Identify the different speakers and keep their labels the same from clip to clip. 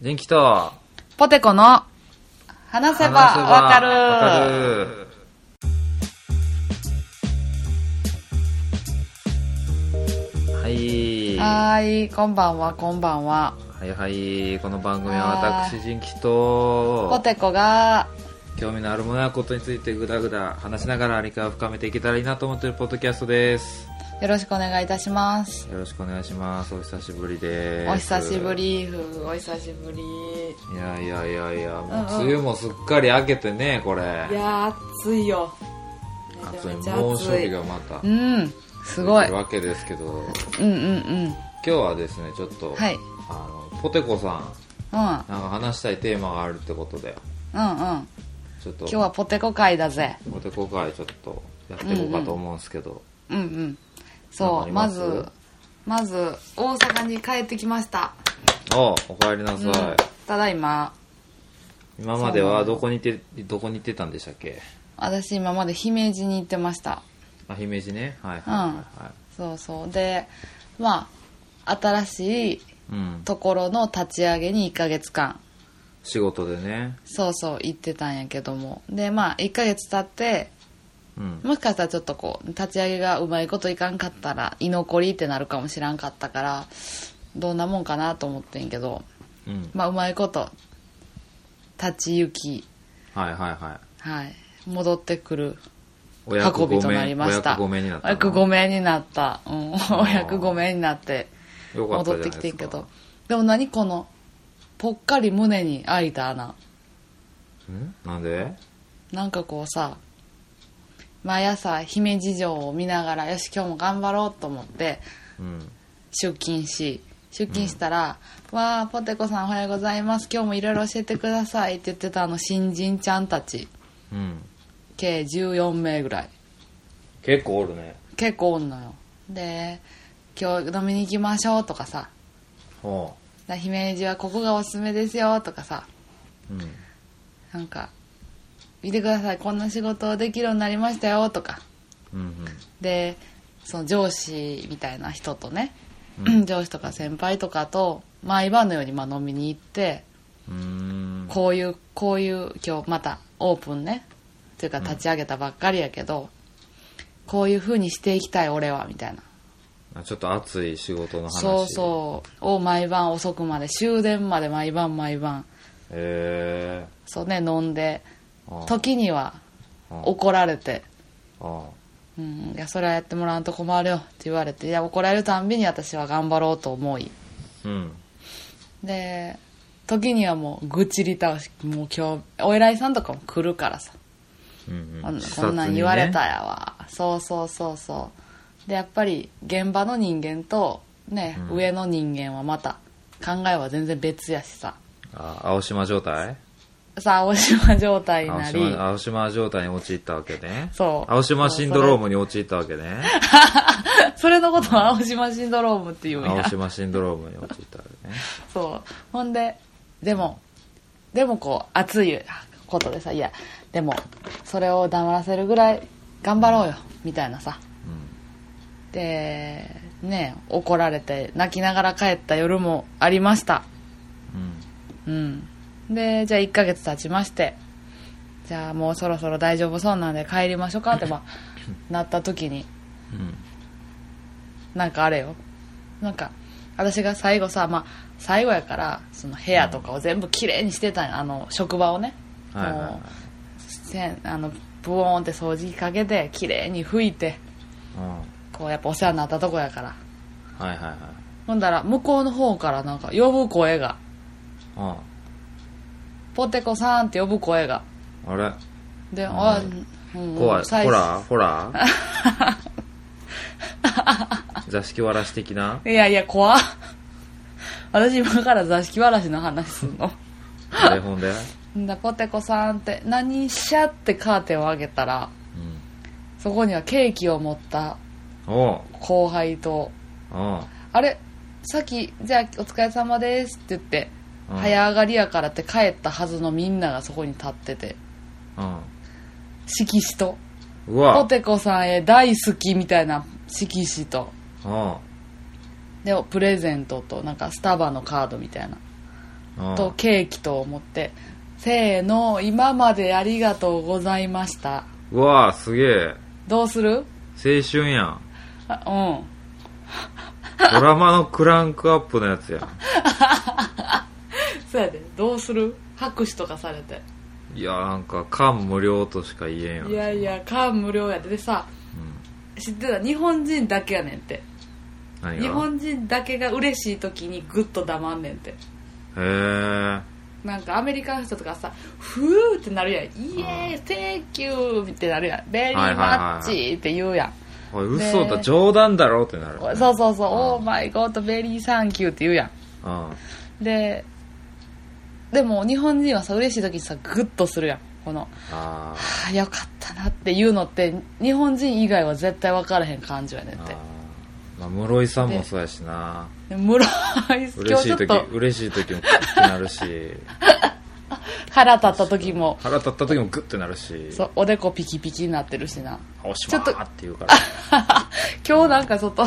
Speaker 1: 元気と
Speaker 2: ポテコの話せばわかる
Speaker 1: わかるはい
Speaker 2: はーい、こんばんは、こんばんは。
Speaker 1: はいはいこの番組は私人気と
Speaker 2: ポテコが、
Speaker 1: 興味のあるものやことについてぐだぐだ話しながら理解を深めていけたらいいなと思っているポッドキャストです
Speaker 2: よろしくお願いいたします。
Speaker 1: よろしくお願いしますお久しぶりです
Speaker 2: お久しぶり、夫婦、お久しぶり。
Speaker 1: いやいやいやいやもう
Speaker 2: うんうん
Speaker 1: 梅雨もすっかり明けてねこれ
Speaker 2: いやー、暑いよ。めち
Speaker 1: 暑
Speaker 2: ゃ
Speaker 1: い
Speaker 2: めちゃ
Speaker 1: 猛暑
Speaker 2: 暑
Speaker 1: 日
Speaker 2: い。
Speaker 1: がまた
Speaker 2: うん、すごい。
Speaker 1: 来る
Speaker 2: うん
Speaker 1: わけですけど
Speaker 2: うんうん。
Speaker 1: 今日はですねちょっと、
Speaker 2: はい。
Speaker 1: あのポテコさ
Speaker 2: うん、うん
Speaker 1: んなんか話したいテーマがあるってことで
Speaker 2: うん。
Speaker 1: ちょっと
Speaker 2: 今日はポテコ会だぜ。
Speaker 1: ポテコ会ちょっとやっていこうかと思うんですけど、
Speaker 2: うんうん。
Speaker 1: なんか
Speaker 2: そ
Speaker 1: あ
Speaker 2: う、
Speaker 1: りま
Speaker 2: ますず、まず、大阪に帰ってきました。
Speaker 1: おうおかえりなさい、
Speaker 2: うんただいま、
Speaker 1: 今まではどこにいてどこに行ってたんでしたっけ
Speaker 2: 私今まで姫路に行ってました。
Speaker 1: あ姫路ねはいはいはいはい
Speaker 2: そうそうでまあ新しい
Speaker 1: うん、
Speaker 2: ところの立ち上げに1ヶ月間
Speaker 1: 仕事でね
Speaker 2: そうそう行ってたんやけどもでまあ1ヶ月経って
Speaker 1: うん
Speaker 2: もしかしたらちょっとこう立ち上げがうまいこといかんかったら居残りってなるかもしらんかったからどんなもんかなと思ってんけど
Speaker 1: うん
Speaker 2: まあうまいこと立ち行き
Speaker 1: はいはいはい
Speaker 2: はい戻ってくる
Speaker 1: お
Speaker 2: 運びとなりまし
Speaker 1: お
Speaker 2: た
Speaker 1: 役御免になった
Speaker 2: お役御免になったうんお役御免になって
Speaker 1: よかったじゃ
Speaker 2: 戻
Speaker 1: な
Speaker 2: っ
Speaker 1: い
Speaker 2: て
Speaker 1: で
Speaker 2: き
Speaker 1: すか
Speaker 2: てんけどでも何このぽっかり胸に開いた穴
Speaker 1: んなんで
Speaker 2: なんかこうさ毎朝姫路城を見ながらよし今日も頑張ろうと思って
Speaker 1: うん
Speaker 2: 出勤し出勤したら「わあポテコさんおはようございます今日もいろいろ教えてください」って言ってたあの新人ちゃんたち
Speaker 1: うん
Speaker 2: 計14名ぐらい
Speaker 1: 結構おるね
Speaker 2: 結構おんのよで「今日飲みに行きましょう」とかさ
Speaker 1: ほ
Speaker 2: 「姫路はここがおすすめですよ」とかさ
Speaker 1: ううん
Speaker 2: なんか「見てくださいこんな仕事できるようになりましたよ」とか
Speaker 1: うん
Speaker 2: でその上司みたいな人とね、 上司とか先輩とかと毎晩のようにまあ飲みに行って
Speaker 1: うんうーん
Speaker 2: こういうこういう今日またオープンねというか立ち上げたばっかりやけど、こういう風にしていきたい俺はみたいな
Speaker 1: あちょっと熱い仕事の話
Speaker 2: そうそうを毎晩遅くまで終電まで毎晩毎晩
Speaker 1: うへえ
Speaker 2: そうね飲んで
Speaker 1: あ
Speaker 2: 時には
Speaker 1: あ
Speaker 2: 怒られて。
Speaker 1: あ
Speaker 2: うん、いやそれはやってもらわんと困るよって言われていや怒られるたんびに私は頑張ろうと思い
Speaker 1: うん
Speaker 2: で時にはもう愚痴り倒しもう今日お偉いさんとかも来るからさ、
Speaker 1: うん
Speaker 2: こ
Speaker 1: うんん
Speaker 2: な
Speaker 1: 視
Speaker 2: こ
Speaker 1: 察に
Speaker 2: んなん言われたやわ、そうそうそうそうでやっぱり現場の人間とね、
Speaker 1: うん
Speaker 2: 上の人間はまた考えは全然別やしさ
Speaker 1: あ青島状態
Speaker 2: さあ青島状態に
Speaker 1: 青
Speaker 2: なり
Speaker 1: 島青島状態に陥ったわけね
Speaker 2: そう
Speaker 1: 青島シンドロームに陥ったわけね
Speaker 2: それのことを青島シンドロームっていうんや
Speaker 1: 青島シンドロームに陥ったわけね
Speaker 2: そうほんででもでもこう熱いことでさいやでもそれを黙らせるぐらい頑張ろうよみたいなさでね怒られて泣きながら帰った夜もありました
Speaker 1: うん
Speaker 2: うんでじゃあ1ヶ月経ちましてじゃあもうそろそろ大丈夫そうなんで帰りましょうかってまあなった時に
Speaker 1: うん
Speaker 2: なんかあれよなんか私が最後さまあ最後やからその部屋とかを全部きれいにしてたんよあの職場をね
Speaker 1: はいはいはい
Speaker 2: もうせんあのブオーンって掃除機かけてきれいに拭いて
Speaker 1: うん
Speaker 2: こうやっぱお世話になったとこやから
Speaker 1: はいはいはい
Speaker 2: ほんだら向こうの方からなんか呼ぶ声が
Speaker 1: あ
Speaker 2: 「ポテコさん」って呼ぶ声が
Speaker 1: あれ
Speaker 2: で、あ、うん
Speaker 1: 怖い
Speaker 2: 最
Speaker 1: ホラーホラー 座敷わらし的ない
Speaker 2: やいや怖っ 私今から座敷わらしの話すんの
Speaker 1: 台本で
Speaker 2: んだポテコさんって何しゃってカーテンを上げたらそこにはケーキを持った
Speaker 1: うんおう
Speaker 2: 後輩と
Speaker 1: おう
Speaker 2: 「あれさっきじゃあお疲れ様です」って言って、
Speaker 1: うん
Speaker 2: 早上がりやからって帰ったはずのみんながそこに立ってて色紙と
Speaker 1: うんう
Speaker 2: 「ポ
Speaker 1: わ
Speaker 2: テコさんへ大好き」みたいな色紙と
Speaker 1: おう
Speaker 2: でプレゼントとなんかスタバのカードみたいな
Speaker 1: うん
Speaker 2: とケーキと思ってせーの今までありがとうございました
Speaker 1: うわあすげえ
Speaker 2: どうする
Speaker 1: 青春や ん
Speaker 2: あうん
Speaker 1: ドラマのクランクアップのやつやん
Speaker 2: そうやでどうする拍手とかされて
Speaker 1: いやなんか感無量としか言えんやん
Speaker 2: いやいや感無量やででさ知ってた日本人だけやねんって
Speaker 1: 何が
Speaker 2: 日本人だけが嬉しい時にグッと黙んねんって
Speaker 1: へえ
Speaker 2: なんかアメリカの人とかさ「ふー」ってなるやん「イエーイセンキュー」ってなるやん「ベリー
Speaker 1: はいはい
Speaker 2: マッ
Speaker 1: はいは
Speaker 2: チ」って言うやん、
Speaker 1: おい嘘だ
Speaker 2: ね
Speaker 1: 冗談だろってなる
Speaker 2: そうそうそ
Speaker 1: うん
Speaker 2: う「オーマイゴッドベリーサンキュー」って言うや
Speaker 1: うん
Speaker 2: んででも日本人はさ嬉しい時にさグッとするやんこの
Speaker 1: あ
Speaker 2: 「ああよかったな」っていうのって日本人以外は絶対分からへん感じやねん
Speaker 1: ー
Speaker 2: っ
Speaker 1: あ
Speaker 2: て
Speaker 1: ーまあ室井さんもそうやしな
Speaker 2: で室井今
Speaker 1: 嬉
Speaker 2: 日
Speaker 1: し
Speaker 2: ちょ
Speaker 1: い
Speaker 2: っ
Speaker 1: 時
Speaker 2: と
Speaker 1: 嬉しい時もグッてなるし
Speaker 2: 腹立った時も
Speaker 1: 腹立った時もグッてなるし
Speaker 2: そうおでこピキピキになってるしな
Speaker 1: おし
Speaker 2: ちょ
Speaker 1: ま
Speaker 2: っと
Speaker 1: ーって言うから
Speaker 2: 今日なんかちょっと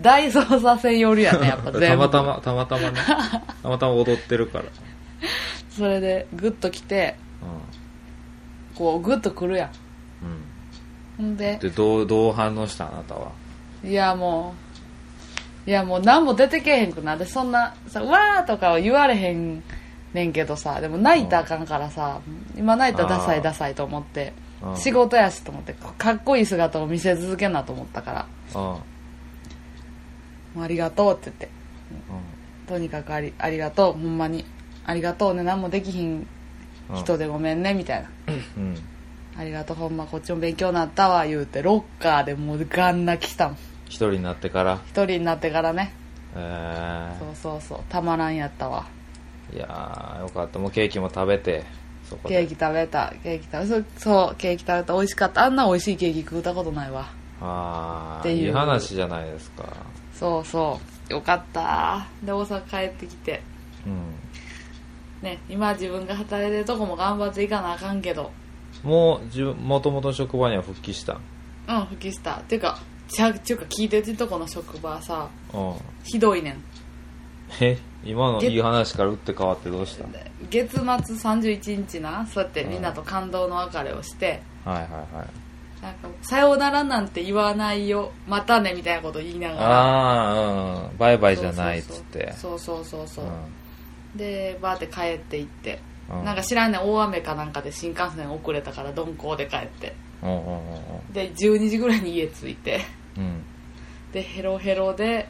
Speaker 2: 大捜査線寄りやねやっぱ全部
Speaker 1: たまたまたまた まねたまたま踊ってるから、うん、
Speaker 2: それでグッと来てこうグッと来るやん
Speaker 1: うん
Speaker 2: ほんで
Speaker 1: でどうどう反応したあなたはい
Speaker 2: やもういやもう何も出てけへんくなでそんなさ「うわー」とかは言われへんねんけどさでも泣いたらあかんからさ今泣いたらダサ
Speaker 1: あ
Speaker 2: い
Speaker 1: ー
Speaker 2: ダサいと思って
Speaker 1: うん
Speaker 2: 仕事やしと思ってかっこいい姿を見せ続けんなと思ったから
Speaker 1: うんうん
Speaker 2: 「もうありがとう」って言ってとにかくありありがとうほんまにありがとうね何もできひん
Speaker 1: うん
Speaker 2: 人でごめんねみたいな
Speaker 1: うん
Speaker 2: ありがとうほんまこっちも勉強になったわ言うてロッカーでもうガン泣きしたもん
Speaker 1: 一人になってから
Speaker 2: 一人になってからね
Speaker 1: え
Speaker 2: そうそうそうたまらんやったわ
Speaker 1: ー、いやーよかったもうケーキも食べてそこ
Speaker 2: ケー
Speaker 1: で
Speaker 2: キ食べたケーキ食べそうそうケーキ食べた美味しかったあんな美味しいケーキ食うたことないわ
Speaker 1: あ
Speaker 2: っ
Speaker 1: あ
Speaker 2: ていう
Speaker 1: いい話じゃないですか
Speaker 2: そうそうよかったで大阪帰ってきて
Speaker 1: うん
Speaker 2: ね今自分が働いてるとこも頑張っていかなあかんけど
Speaker 1: もう自分元々の職場には復帰した
Speaker 2: うん復帰したっていうかちゃちゅうか聞いてるとこの職場さ
Speaker 1: うん
Speaker 2: ひどいねん
Speaker 1: え今のいい話から打って変わってどうした
Speaker 2: で月末31日なそうやってみんなと感動の別れをして、
Speaker 1: はいはいはい
Speaker 2: なんか「さようなら」なんて言わないよまたねみたいなこと言いながら
Speaker 1: ああうんバイバイじゃないっつって
Speaker 2: そうそうそうそうう、
Speaker 1: ん
Speaker 2: でバーって帰って行って、
Speaker 1: うん
Speaker 2: なんか知らんねん大雨かなんかで新幹線遅れたから鈍行で帰って
Speaker 1: うんうんうん
Speaker 2: で12時ぐらいに家着いて
Speaker 1: うん
Speaker 2: でヘロヘロで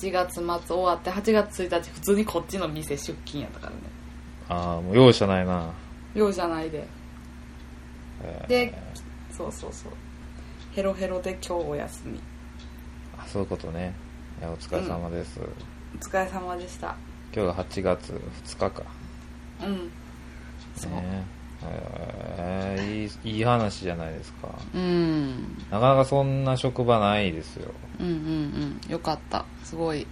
Speaker 2: 7月末終わって8月1日普通にこっちの店出勤やったからね
Speaker 1: ああもう容赦ないな
Speaker 2: 用じゃないで
Speaker 1: えー
Speaker 2: でそうそうそうヘロヘロで今日お休み
Speaker 1: あそういうことねいやお疲れ様です、
Speaker 2: お疲れ様でした
Speaker 1: 今日が8月2日か
Speaker 2: うんそう、
Speaker 1: ねえーいいいい話じゃないですか
Speaker 2: うん
Speaker 1: なかなかそんな職場ないですよ
Speaker 2: うんうんうんよかったすごい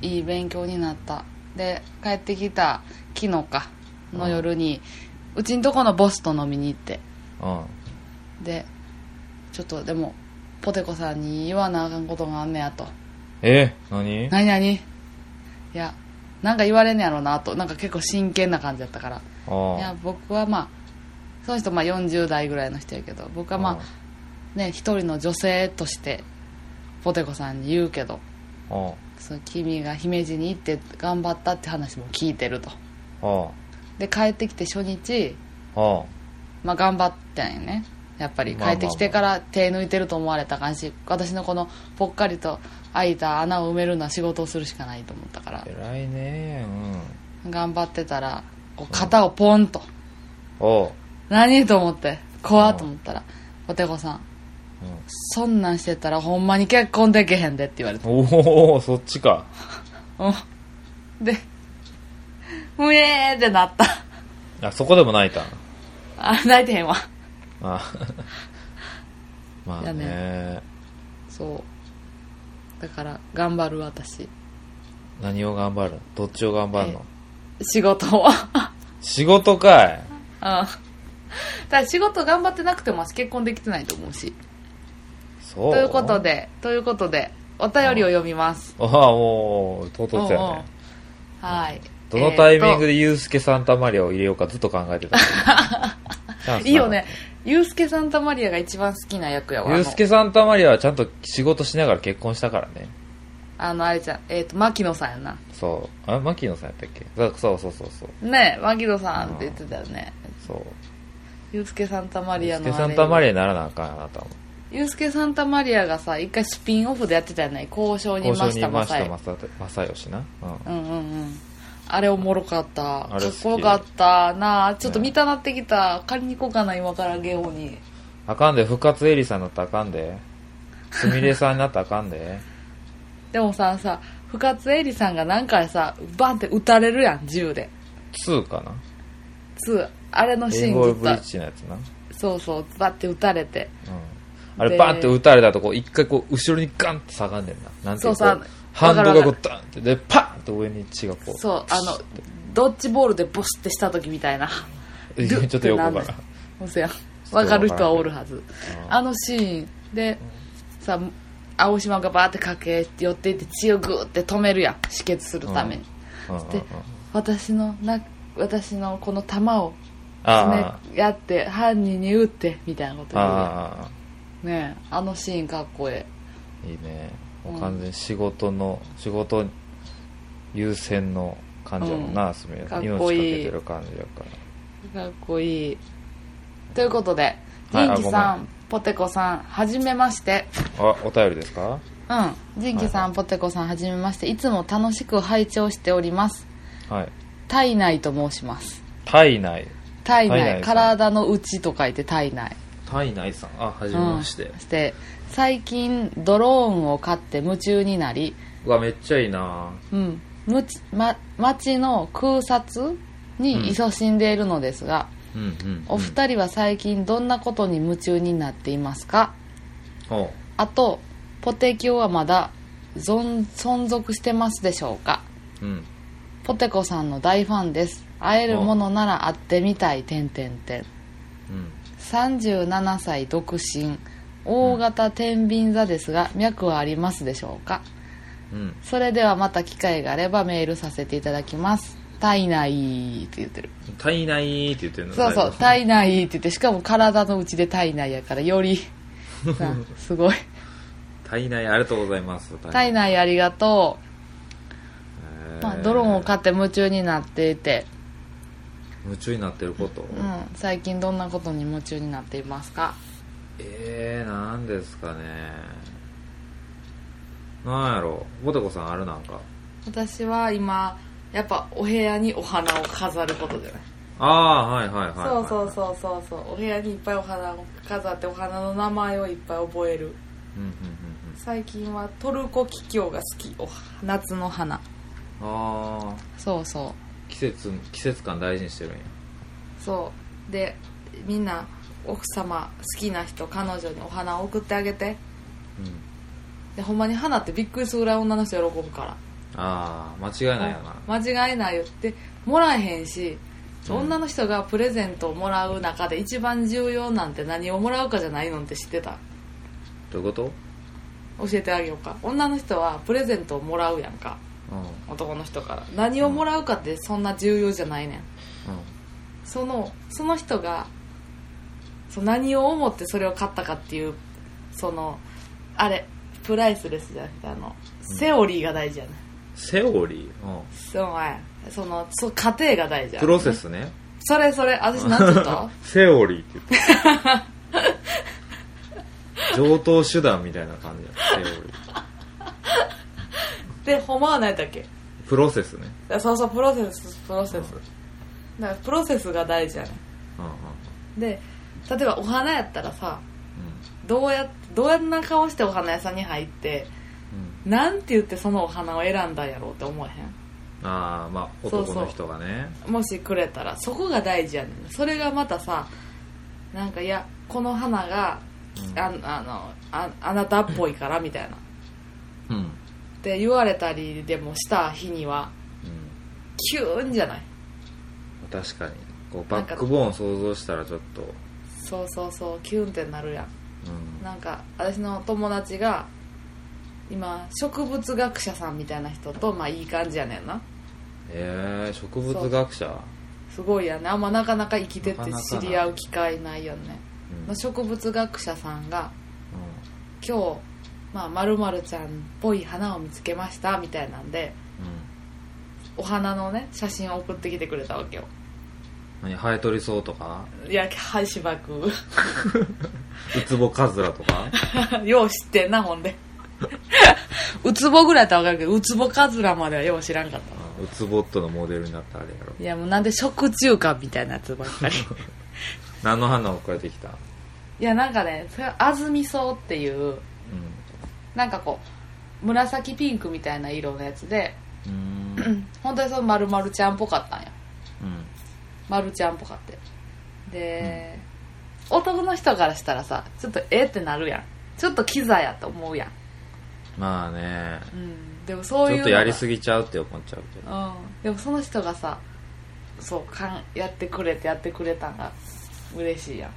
Speaker 2: いい勉強になったで帰ってきた昨日かの夜にうちんとこのボスと飲みに行って
Speaker 1: うん
Speaker 2: でちょっとでもポテコさんに言わなあかんことがあんねやと
Speaker 1: え何
Speaker 2: 何何いやなんか言われんねやろなとなんか結構真剣な感じだったからい
Speaker 1: あ
Speaker 2: や僕はまあその人まあ40代ぐらいの人やけど僕はまあね一人の女性としてポテコさんに言うけど
Speaker 1: ああ
Speaker 2: そう君が姫路に行って頑張ったって話も聞いてると
Speaker 1: あ
Speaker 2: で帰ってきて初日、
Speaker 1: あ
Speaker 2: まあ、頑張ったんよねやっぱり
Speaker 1: ま
Speaker 2: 帰
Speaker 1: あまあ
Speaker 2: ってきてから手抜いてると思われた感じ私のこのぽっかりと開いた穴を埋めるのは仕事をするしかないと思ったから
Speaker 1: 偉いねうん
Speaker 2: 頑張ってたらこう肩をポンと
Speaker 1: おう
Speaker 2: 何と思って怖っと思ったらおてこさん
Speaker 1: うん
Speaker 2: そんなんしてたらほんまに結婚できへんでって言われた
Speaker 1: おおそっちか
Speaker 2: うんでうえーってなった
Speaker 1: あそこでも泣いた
Speaker 2: あ泣いてへんわ
Speaker 1: あ まあね
Speaker 2: いやそうだから頑張る私
Speaker 1: 何を頑張るどっちを頑張るの
Speaker 2: 仕事をうん
Speaker 1: 仕事かい
Speaker 2: だから仕事頑張ってなくても私結婚できてないと思うし
Speaker 1: そう
Speaker 2: ということでということでお便りを読みます
Speaker 1: ああもうとうとう来た
Speaker 2: おうお
Speaker 1: よ
Speaker 2: う
Speaker 1: ね
Speaker 2: はい
Speaker 1: どのタイミングでユースケ・サンタマリアを入れようかずっと考え てたチャンスなかった
Speaker 2: いいよねユースケ・サンタマリアが一番好きな役やわあ
Speaker 1: ユ
Speaker 2: の
Speaker 1: ースケ・サンタマリアはちゃんと仕事しながら結婚したからね
Speaker 2: あのあれじゃんえっ、と牧野さんやな
Speaker 1: そうあ牧野さんやったっけそうそうそうそうそう
Speaker 2: ねえ牧野さんって言ってたよね
Speaker 1: そう
Speaker 2: ユースケ・サンタマリ
Speaker 1: ユ
Speaker 2: ア
Speaker 1: ース
Speaker 2: のあ
Speaker 1: ケ・
Speaker 2: れ
Speaker 1: サンタマリアにならなあかんあなたも
Speaker 2: ユースケ・サンタマリアがさ一回スピンオフでやってたよね交渉にい
Speaker 1: 交
Speaker 2: ま
Speaker 1: 渉
Speaker 2: し
Speaker 1: に
Speaker 2: た
Speaker 1: い
Speaker 2: ま
Speaker 1: まし
Speaker 2: さ
Speaker 1: た
Speaker 2: え
Speaker 1: 正正義な、うん、
Speaker 2: うんうんうんあれおもろかったか
Speaker 1: あれ好き
Speaker 2: っこよかったなあちょっと見たなってきた、借りに行こうかな今からゲオに
Speaker 1: あかんで、深津絵里さんになったらあかんで。すみれさんになったらあかんで。
Speaker 2: でもささ深津絵里さんがなんかさバンって撃たれるやん銃で
Speaker 1: 2かな
Speaker 2: 2あれのシ
Speaker 1: エン
Speaker 2: ー
Speaker 1: ゴー
Speaker 2: ン
Speaker 1: ル
Speaker 2: ずっ
Speaker 1: ブリッ
Speaker 2: と
Speaker 1: ジのやつな。うん。
Speaker 2: そうそうバッて撃たれて
Speaker 1: あれ
Speaker 2: で
Speaker 1: バンって撃たれたとこ、一回こう、後ろにガンって下がんねんな。なんていう
Speaker 2: そうそうあ
Speaker 1: か
Speaker 2: の。
Speaker 1: ハンドがこ
Speaker 2: わ
Speaker 1: う、ダンって、で、パンって上に血がこう。
Speaker 2: そう あのドッジボールでボスってした時みたいな
Speaker 1: え
Speaker 2: ドゥ
Speaker 1: ちょっと横か
Speaker 2: って
Speaker 1: ら
Speaker 2: な。嘘やんわかる人はおるはずあのシーンでさ青島がバーって駆け寄っていって血をグーって止めるやん止血するために、
Speaker 1: うんうんうん
Speaker 2: で私のな私のこの弾を
Speaker 1: あ
Speaker 2: 詰めやって犯人に撃ってみたいなこと
Speaker 1: あ。
Speaker 2: 言うやん
Speaker 1: ああ。
Speaker 2: ねえあのシーンかっこえ
Speaker 1: いいね。もう完全に仕事の、仕事優先の感じやもんな、すみれさん。
Speaker 2: か
Speaker 1: 命
Speaker 2: っ
Speaker 1: か
Speaker 2: こ
Speaker 1: け
Speaker 2: いい
Speaker 1: てる感じやから。
Speaker 2: えかっこいいということで
Speaker 1: はい
Speaker 2: 仁
Speaker 1: あ
Speaker 2: キさ
Speaker 1: ごめ
Speaker 2: んポテコさんはじめまして
Speaker 1: あ、お便りですか
Speaker 2: うん仁キさん、ポテコさんはじめましていつも楽しく拝聴しております
Speaker 1: はい。
Speaker 2: 体内と申します
Speaker 1: 体内。体
Speaker 2: 体内
Speaker 1: 内さん
Speaker 2: 体の内と書いて体内
Speaker 1: 体内さんあはじめ
Speaker 2: うん
Speaker 1: まして、
Speaker 2: そして最近ドローンを買って夢中になり、
Speaker 1: うわめっちゃいいな
Speaker 2: うん、むちま町の空撮に勤しんでいるのですが、
Speaker 1: うんうん
Speaker 2: お二人は最近どんなことに夢中になっていますか
Speaker 1: お
Speaker 2: あとポテキオはまだ存存続してますでしょうか
Speaker 1: うん
Speaker 2: ポテコさんの大ファンです会えるものなら会ってみたい点点点
Speaker 1: うん
Speaker 2: 37歳独身大型天秤座ですが脈はありますでしょうか
Speaker 1: うん
Speaker 2: それではまた機会があればメールさせていただきます体内って言ってる
Speaker 1: 体内って言ってるの
Speaker 2: そうそう
Speaker 1: 最後
Speaker 2: 体内って言ってしかも体のうちで体内やから よりなすごい
Speaker 1: 体内ありがとうございます
Speaker 2: 体内ありがと
Speaker 1: へ
Speaker 2: う、
Speaker 1: ー
Speaker 2: まあ、ドローンを買って夢中になっていて、
Speaker 1: 夢中になってること、
Speaker 2: うん、最近どんなことに夢中になっていますか
Speaker 1: えー、なんですかねなんやろポテコさんあるなんか
Speaker 2: 私は今やっぱお部屋にお花を飾ることじゃない
Speaker 1: ああーはいはいはい、
Speaker 2: そうそう
Speaker 1: う、
Speaker 2: そうそうそうお部屋にいっぱいお花を飾ってお花の名前をいっぱい覚える
Speaker 1: うんうんうん
Speaker 2: 最近はトルコキキョウが好きお夏の花
Speaker 1: うん、ああ
Speaker 2: そうそ
Speaker 1: 季節季節感大事にしてるんや
Speaker 2: うそうでみんな奥様好きな人彼女にお花を送ってあげて
Speaker 1: うん
Speaker 2: でほんまに花ってびっくりするぐらい女の人喜ぶから
Speaker 1: ああ間違いないよな
Speaker 2: 間違いないよってもらえへんし、
Speaker 1: うん
Speaker 2: 女の人がプレゼントをもらう中で一番重要なんて何をもらうかじゃないのって知ってた
Speaker 1: どういうこと
Speaker 2: 教えてあげようか女の人はプレゼントをもらうやんか
Speaker 1: うんうん
Speaker 2: 男の人から何をもらうかってそんな重要じゃないねんそのその人がその何を思ってそれを買ったかっていうそのあれプライスレスじゃなくてあのセオリーが大事やね、
Speaker 1: セオリー、うん
Speaker 2: その前そのそ過程が大事や
Speaker 1: プロセスね。
Speaker 2: それそれ私何つった
Speaker 1: セオリーって言 って。上等手段みたいな感じや。セオリー。
Speaker 2: でほんまは何やったっけ
Speaker 1: プロセスね。
Speaker 2: だそうそうプロセスプロセス
Speaker 1: うん
Speaker 2: だからプロセスが大事やね
Speaker 1: うんうん
Speaker 2: んで例えばお花やったらさどうやどんな顔してお花屋さんに入って
Speaker 1: うん
Speaker 2: なんて言ってそのお花を選んだんやろうって思えへ
Speaker 1: うん。ああ、まあ
Speaker 2: そうそう
Speaker 1: 男の人がね。
Speaker 2: んもしくれたらそこが大事やねんそれがまたさなんかいやこの花が
Speaker 1: うん
Speaker 2: ああのああなたっぽいからみたいなっ
Speaker 1: うん。うん。
Speaker 2: て言われたりでもした日にはキューンじゃない
Speaker 1: 確かに。こう、バックボーンを想像したらちょっと、
Speaker 2: そうそうそうキューンってなるやん
Speaker 1: うん。
Speaker 2: なんか私の友達が今植物学者さんみたいな人とまあいい感じやねんな
Speaker 1: えー、植物学者
Speaker 2: すごいやねあんまなかなか生きてて
Speaker 1: なかなか
Speaker 2: 知
Speaker 1: ない
Speaker 2: り合う機会ないよね
Speaker 1: うん
Speaker 2: の植物学者さんが
Speaker 1: う
Speaker 2: 今日まあ、〇〇ちゃんっぽい花を見つけましたみたいなんで
Speaker 1: んうん
Speaker 2: お花のね写真を送ってきてくれたわけよ
Speaker 1: 何ハエトリソウとか
Speaker 2: いやはいしばく
Speaker 1: ウツボカズラと か
Speaker 2: よう知ってんなほん でウツボぐらいだったら分かるけどウツボカズラまではよう知らんかったわ
Speaker 1: うんウツボットのモデルになったあれやろ
Speaker 2: いやもうなんで食中華みたいなやつばっ かり
Speaker 1: 何の花送られてきた
Speaker 2: いやなんかねそれは安住草っていうなんかこう紫ピンクみたいな色のやつで
Speaker 1: うんうー
Speaker 2: うん ん本当にその丸々ちゃんっぽかったんよ
Speaker 1: うん
Speaker 2: 丸ちゃんっぽかってで、男の人からしたらさちょっとえってなるやんちょっとキザやと思うやん、
Speaker 1: まあね
Speaker 2: うん、でもそういう
Speaker 1: ちょっとやりす
Speaker 2: ぎ、
Speaker 1: ぎちゃうって思っちゃうけ
Speaker 2: う
Speaker 1: ど
Speaker 2: ん、でもその人がさそうかんやってくれてやってくれたんが嬉しいやん
Speaker 1: うん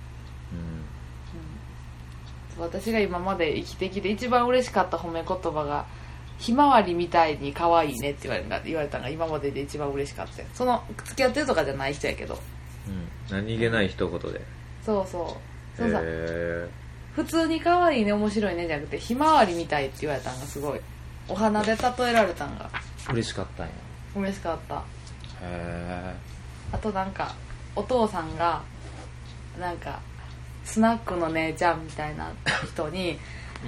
Speaker 2: 私が今まで生きてきて一番嬉しかった褒め言葉が「ひまわりみたいに可愛いね」って言われた言われたのが今までで一番嬉しかったよその付き合ってるとかじゃない人やけど
Speaker 1: うん何気ない一言で
Speaker 2: そうそうそのさ、
Speaker 1: え
Speaker 2: 普通に可愛いね面白いねじゃなくてひまわりみたいって言われたんがすごいお花で例えられたんが
Speaker 1: ー、嬉しかったんや
Speaker 2: 嬉しかった
Speaker 1: へ
Speaker 2: あとなんかお父さんがなんかスナックの姉ちゃんみたいな人に
Speaker 1: え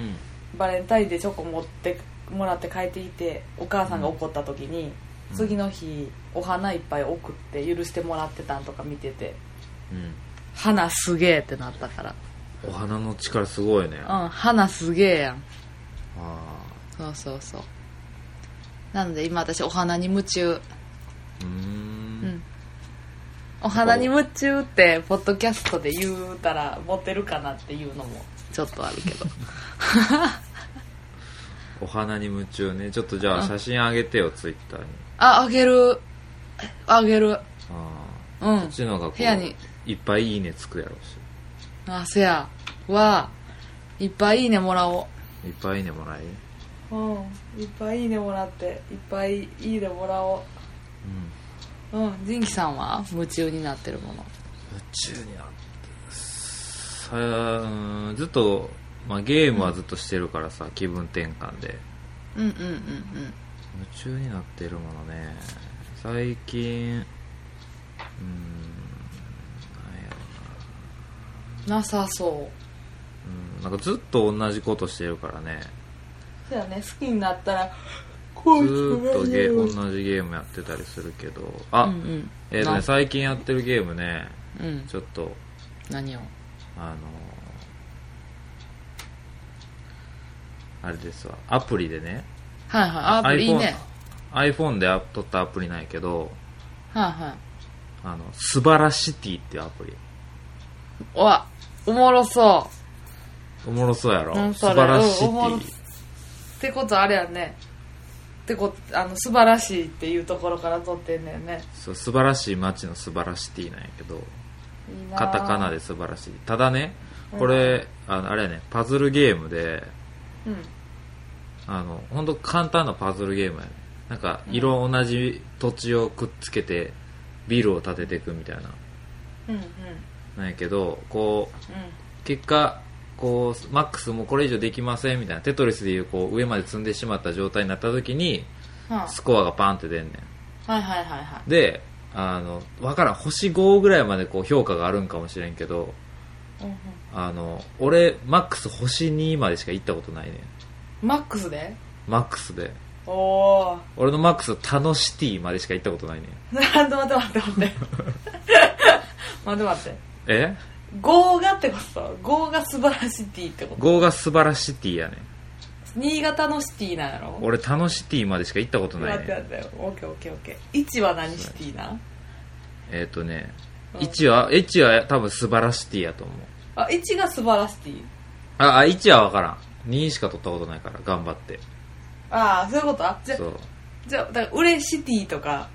Speaker 1: うん
Speaker 2: バレンタインでチョコ持ってもらって帰ってきてお母さんが怒った時に、
Speaker 1: うん
Speaker 2: 次の日お花いっぱい送って許してもらってたんとか見てて花すげえってなったから
Speaker 1: うんお花の力すごいねあ
Speaker 2: うん花すげえやん
Speaker 1: あ
Speaker 2: そうそうそうなので今私お花に夢中
Speaker 1: ーうー
Speaker 2: うんんお花に夢中ってポッドキャストで言うたらモテるかなっていうのもちょっとあるけど
Speaker 1: お花に夢中ねちょっとじゃあ写真あげてよツイッターに
Speaker 2: ああげるあげる
Speaker 1: あ
Speaker 2: う
Speaker 1: あこ
Speaker 2: ん
Speaker 1: っちの方がこう
Speaker 2: 部屋に
Speaker 1: いっぱいいいねつくやろうし
Speaker 2: あせやはいっぱいいいねもらお
Speaker 1: いっぱいいいねもらい、うん、
Speaker 2: ううんいっぱいいいねもらっていっぱいいいねもらおううん仁キさんは夢中になってるもの
Speaker 1: 夢中になってさうんずっと、まあ、ゲームはずっとしてるからさ、気分転換で
Speaker 2: うんうんうんうん
Speaker 1: 夢中になってるものね最近うんなんやろ
Speaker 2: なさそう
Speaker 1: うんなんかずっと同じことしてるからね
Speaker 2: そうやね好きになったら
Speaker 1: ず
Speaker 2: こ
Speaker 1: ーっとゲ同じゲームやってたりするけどあ、
Speaker 2: うんうん
Speaker 1: えーとね、
Speaker 2: な
Speaker 1: 最近やってるゲームね
Speaker 2: うん
Speaker 1: ちょっと
Speaker 2: 何を
Speaker 1: あのーあれですわアプリでね
Speaker 2: はいはいあアプリいいね
Speaker 1: iPhone で撮ったアプリなんやけど
Speaker 2: はいはい
Speaker 1: あの素晴らしティっていうアプリ
Speaker 2: うわおもろそ
Speaker 1: おもろそうやろ
Speaker 2: うん
Speaker 1: 素
Speaker 2: それ
Speaker 1: 晴らしテ
Speaker 2: うんおもろ
Speaker 1: ィ
Speaker 2: うってことあれやねってことあの素晴らしいっていうところから撮ってんだよね
Speaker 1: そう素晴らしい街の素晴らしティなんやけど
Speaker 2: いいな
Speaker 1: カタカナで素晴らしいただねこれ、あのあれやねパズルゲームで
Speaker 2: うん
Speaker 1: あの本当簡単なパズルゲームやねなんか色同じ土地をくっつけてビルを建てていくみたいな
Speaker 2: うんうん
Speaker 1: なんやけどこう結果こうマックスもうこれ以上できませんみたいなテトリスでいうこう上まで積んでしまった状態になった時に
Speaker 2: うんは
Speaker 1: スコアがパンって出んね
Speaker 2: あはいはいはいはい
Speaker 1: んであの分からん星5ぐらいまでこう評価があるんかもしれんけど
Speaker 2: うんうん
Speaker 1: あの俺マックス星2までしか行ったことないねん
Speaker 2: マックスで
Speaker 1: マックスで
Speaker 2: おお
Speaker 1: 俺のマックスタノシティまでしか行ったことないねん
Speaker 2: 待って待って待 って待って待って待って
Speaker 1: え
Speaker 2: 豪がってこと豪が素晴らしいティってこと
Speaker 1: 5が素晴らしティやねん
Speaker 2: 新潟のシティなんやろ
Speaker 1: 俺タノシティまでしか行ったことない
Speaker 2: 待
Speaker 1: ね
Speaker 2: っ
Speaker 1: ん
Speaker 2: て待ってオッケーオッケーオッケー1は何シティなん
Speaker 1: えっ、とね
Speaker 2: うん
Speaker 1: 1は1は多分素晴らしティやと思う
Speaker 2: あ1が素晴らしいティ
Speaker 1: あ、あ、1は分からん。2しか取ったことないから、頑張って。
Speaker 2: ああそういうことあじゃ
Speaker 1: そう。うん。
Speaker 2: じゃあだから俺シティとか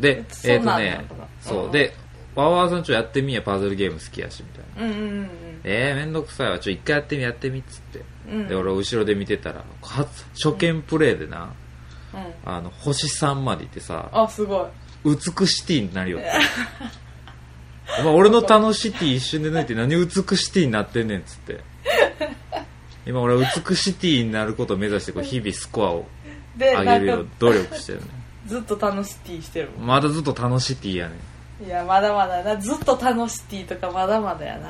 Speaker 1: で、
Speaker 2: そ
Speaker 1: えっ、
Speaker 2: う
Speaker 1: と
Speaker 2: なんだ
Speaker 1: ね
Speaker 2: とか、
Speaker 1: そうう。
Speaker 2: ん
Speaker 1: で、ワワワさんちょやってみや、パズルゲーム好きやし、みたいな。
Speaker 2: うんうん
Speaker 1: えー、めんどくさいわ。ちょ、一回やってみ、やってみ、っつって。
Speaker 2: うんうん
Speaker 1: で、俺、後ろで見てたら、初初見プレイでな、
Speaker 2: うん
Speaker 1: あの星3までいってさ
Speaker 2: あすごい
Speaker 1: 美しティーになるよって お前俺の楽しティー一瞬で抜いて何美しティーになってんねんっつって今俺は美しティーになることを目指してこう日々スコアを
Speaker 2: で
Speaker 1: 上げる
Speaker 2: な
Speaker 1: よ
Speaker 2: ん
Speaker 1: う
Speaker 2: か
Speaker 1: 努力してるね
Speaker 2: ずっと楽しティーしてるも
Speaker 1: まだずっと楽しティーやねん
Speaker 2: んいやまだまだなずっと楽しティーとかまだまだやな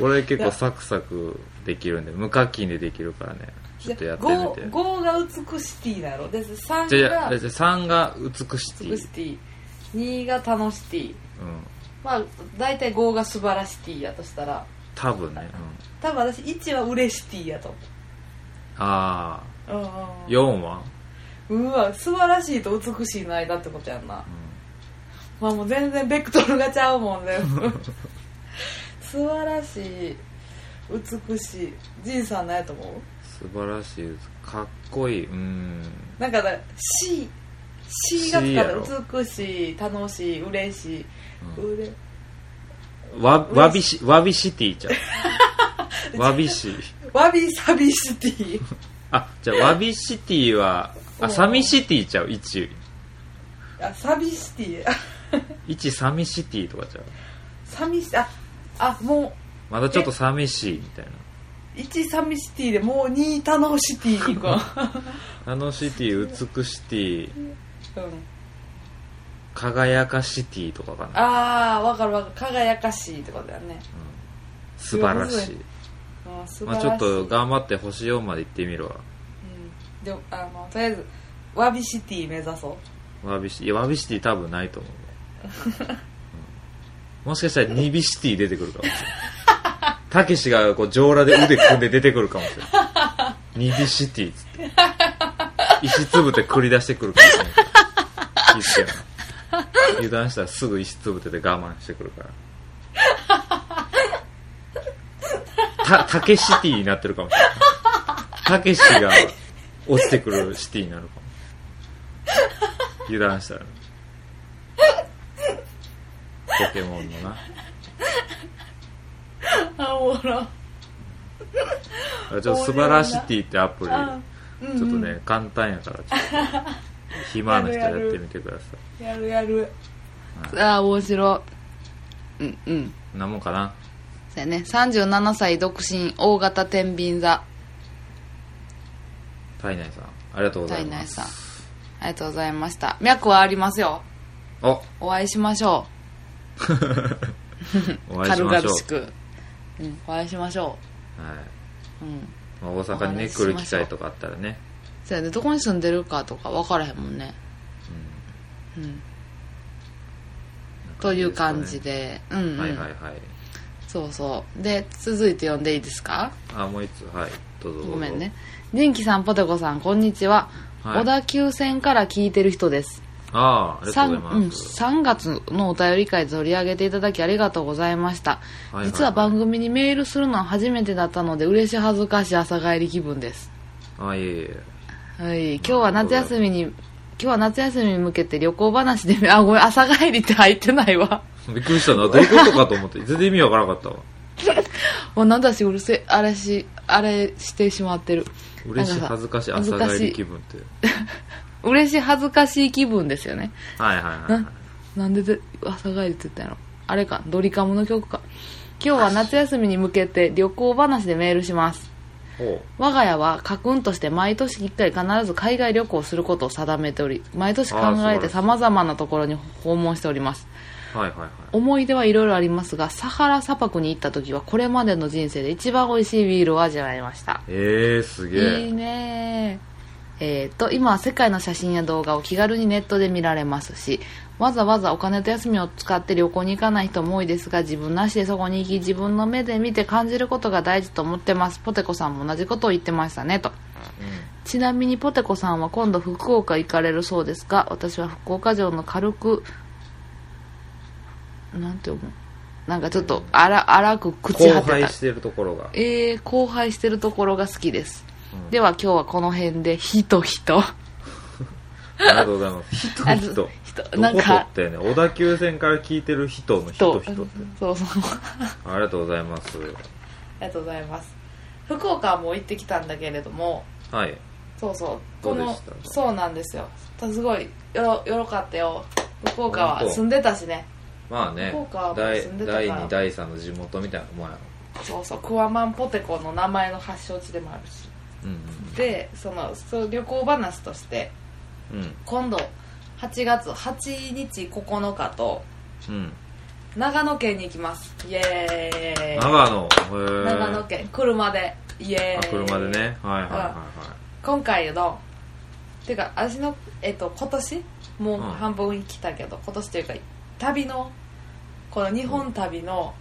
Speaker 1: 俺結構サクサクできるんで無課金でできるからね ちょっとやってみて
Speaker 2: 5が美しティーだろで3
Speaker 1: じゃあ
Speaker 2: が
Speaker 1: じゃあ3が美しティ
Speaker 2: 美し
Speaker 1: ー、
Speaker 2: ティー2が楽しティー
Speaker 1: うん、
Speaker 2: まあ大体5が素晴らしティーやとしたら
Speaker 1: 多分ね、うん、
Speaker 2: 多分私1は嬉しティーやと
Speaker 1: ああ
Speaker 2: 思ううんうん
Speaker 1: 4は、
Speaker 2: うんうわ素晴らしいと美しいの間ってことやんな
Speaker 1: う、
Speaker 2: まあもう全然ベクトルがちゃうもんね 素晴らしい美しいじいさん何やと思うん
Speaker 1: 素晴らしいですかっこいいうん
Speaker 2: なんかだ C C がつか
Speaker 1: しやろ
Speaker 2: た美しい楽しい嬉しい、
Speaker 1: うん
Speaker 2: うれ
Speaker 1: わわびしわびシティちゃ うわびし
Speaker 2: わびさびシティ
Speaker 1: あじゃあわびシティは
Speaker 2: う
Speaker 1: あ
Speaker 2: ん
Speaker 1: サミシティちゃう1
Speaker 2: あサビシティあ
Speaker 1: 1サミシティとかちゃう
Speaker 2: 寂しああも
Speaker 1: まだちょっと寂しいみたいう
Speaker 2: 1サビシティでもう2楽しシティに行こ
Speaker 1: な楽しティ美しティ
Speaker 2: う、うん、
Speaker 1: 輝かしティとかかな、
Speaker 2: ああわかるわかる輝かしいってことだよね、
Speaker 1: うん、素晴らしい
Speaker 2: うん、素晴
Speaker 1: ま
Speaker 2: ら
Speaker 1: あ、
Speaker 2: し
Speaker 1: ち
Speaker 2: い、
Speaker 1: ょっと頑張って星4まで行ってみるわ
Speaker 2: うん、でもあのとりあえずワビシティ目指そう
Speaker 1: わびしいやわびシティ多分ないと思う、うんもしかしたらニビシティ出てくるかもしれないたけしがこう上裸で腕組んで出てくるかもしれないニビシティっつって石つぶて繰り出してくるかもしれない気付けな油断したらすぐ石つぶてで我慢してくるからたたけしティになってるかもしれないたけしが落ちてくるシティになるかも油断したらねポケモンのな
Speaker 2: あおもろ
Speaker 1: あちょっと「素晴らしティ」ってアプリ
Speaker 2: あうんうん
Speaker 1: ちょっとね簡単やからちょっ と暇な人やってみてくださ
Speaker 2: やるやるああ面白いうんうん
Speaker 1: いんなもんかな
Speaker 2: そうやね37歳独身大型天秤座
Speaker 1: 体内さんありがとうござい
Speaker 2: 体
Speaker 1: ま
Speaker 2: 内
Speaker 1: す
Speaker 2: さんありがとうございました脈はありますよ
Speaker 1: お
Speaker 2: お会いしましょ
Speaker 1: お
Speaker 2: う
Speaker 1: 会いしまし
Speaker 2: 軽
Speaker 1: ょ
Speaker 2: 々しく、うん、お会いしましょ
Speaker 1: う、はい、
Speaker 2: ううん
Speaker 1: まあ大阪にね
Speaker 2: お話しし
Speaker 1: 来
Speaker 2: ましょう
Speaker 1: る機会とかあったらね
Speaker 2: そうやねどこに住んでるかとか分からへんもんねうんという感じで、うん、うん、
Speaker 1: はいはいはい
Speaker 2: そうそうで続いて読んでいいですか
Speaker 1: あもう一つはいどうぞどうぞ
Speaker 2: ごめんね人気さんポテコさんこんにちは、
Speaker 1: はい
Speaker 2: 小田急線から聞いてる人です
Speaker 1: ああありがとうござい
Speaker 2: 3,
Speaker 1: ます、
Speaker 2: うん、3月のお便り会で取り上げていただきありがとうございました、
Speaker 1: はいはい
Speaker 2: 実は番組にメールするのは初めてだったので嬉し恥ずかしい朝帰り気分です
Speaker 1: あいえいえ
Speaker 2: はい、今日は夏休みに今日は夏休みに向けて旅行話であごめん朝帰りって入ってないわ
Speaker 1: びっくりしたなどういうことかと思って全然意味わからなかったわ
Speaker 2: もうなんだしうるせえあれしあれしてしまってる
Speaker 1: 嬉しい
Speaker 2: なん
Speaker 1: 恥ずかしい
Speaker 2: 恥ず
Speaker 1: 朝
Speaker 2: か
Speaker 1: 帰
Speaker 2: し
Speaker 1: り
Speaker 2: い
Speaker 1: 気分って
Speaker 2: 嬉しい恥ずかしい気分ですよね
Speaker 1: はいはいはい
Speaker 2: ななんでで朝帰りって言ったんやろあれかドリカムの曲か今日は夏休みに向けて旅行話でメールします
Speaker 1: おう
Speaker 2: 我が家はカクンとして毎年1回必ず海外旅行をすることを定めており毎年考
Speaker 1: あー素晴
Speaker 2: え
Speaker 1: らしい
Speaker 2: て様々なところに訪問しております
Speaker 1: はいはいはい
Speaker 2: 思い出はいろいろありますがサハラ砂漠に行った時はこれまでの人生で一番美味しいビールを味わいました
Speaker 1: えー、すげ
Speaker 2: いい
Speaker 1: え
Speaker 2: ねえー、と今は世界の写真や動画を気軽にネットで見られますしわざわざお金と休みを使って旅行に行かない人も多いですが自分なしでそこに行き自分の目で見て感じることが大事と思ってますポテコさんも同じことを言ってましたねとちなみにポテコさんは今度福岡行かれるそうですが私は福岡城の軽くなんて思うなんかちょっと荒荒く朽ち
Speaker 1: 荒
Speaker 2: 果て
Speaker 1: 廃
Speaker 2: た
Speaker 1: してるところが
Speaker 2: えー、荒廃してるところが好きです、では今日はこの辺でひとひと
Speaker 1: ありがとうございます人
Speaker 2: あ
Speaker 1: 人
Speaker 2: ず
Speaker 1: ど
Speaker 2: 人なん
Speaker 1: こ
Speaker 2: か
Speaker 1: とってね小田急線から聞いてる人の人人って
Speaker 2: そうそう
Speaker 1: ありがとうございます
Speaker 2: ありがとうございます福岡はもう行ってきたんだけれども
Speaker 1: はい
Speaker 2: そうそう
Speaker 1: ど
Speaker 2: こ
Speaker 1: うで
Speaker 2: の
Speaker 1: した
Speaker 2: そうなんですよたすごいよよろかったよ福岡は
Speaker 1: 本当
Speaker 2: 住んでたしね
Speaker 1: まあね
Speaker 2: 福岡は
Speaker 1: 第
Speaker 2: 住んでたから
Speaker 1: 第2第3の地元みたいなもんやろ
Speaker 2: そうそうクワマンポテコの名前の発祥地でもあるし
Speaker 1: うん
Speaker 2: でそのそう旅行話として
Speaker 1: うんうん
Speaker 2: 今度8月8日9日と
Speaker 1: うん
Speaker 2: 長野県に行きますイエーイ
Speaker 1: 長野へー
Speaker 2: 長野県車でイエ
Speaker 1: あ
Speaker 2: ーイ
Speaker 1: 車でねはいはいはいは
Speaker 2: 今回のてか私のえっと今年もう半分来たけど、今年というか旅のこの日本旅の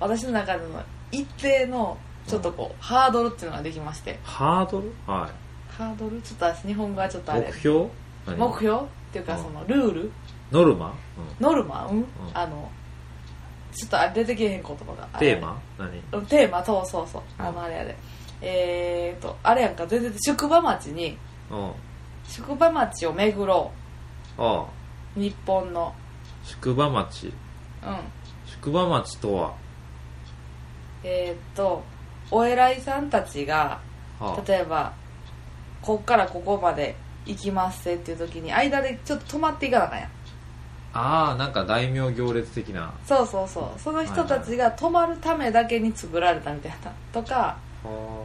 Speaker 1: い、うん、
Speaker 2: 私の中での一定のちょっとこう、ハードルっていうのができまして
Speaker 1: ハードルは
Speaker 2: ハードルちょっと私日本語はちょっとあ
Speaker 1: い
Speaker 2: れ
Speaker 1: 目標何
Speaker 2: 目標っていうか
Speaker 1: うん
Speaker 2: そのルール
Speaker 1: ノルマ、
Speaker 2: ノルマうん、
Speaker 1: ん
Speaker 2: あのちょっとあれ出てけえへん言葉が
Speaker 1: うん、テーマ何
Speaker 2: あれテーマそうそうそう
Speaker 1: うん
Speaker 2: あのあれやでえー、っとあれやんか全然宿場町に
Speaker 1: うんあ
Speaker 2: 宿場町を巡ろ
Speaker 1: あ
Speaker 2: う日本の
Speaker 1: 宿場町
Speaker 2: うん
Speaker 1: 宿場町とは
Speaker 2: えー、っとお偉いさんたちが
Speaker 1: は
Speaker 2: 例えばこっからここまで行きますせっていう時に間でちょっと止まっていかなあかんやん
Speaker 1: ああーなんか大名行列的な
Speaker 2: そうそうそうその人たちが泊まるためだけに作られたみたいなとか
Speaker 1: は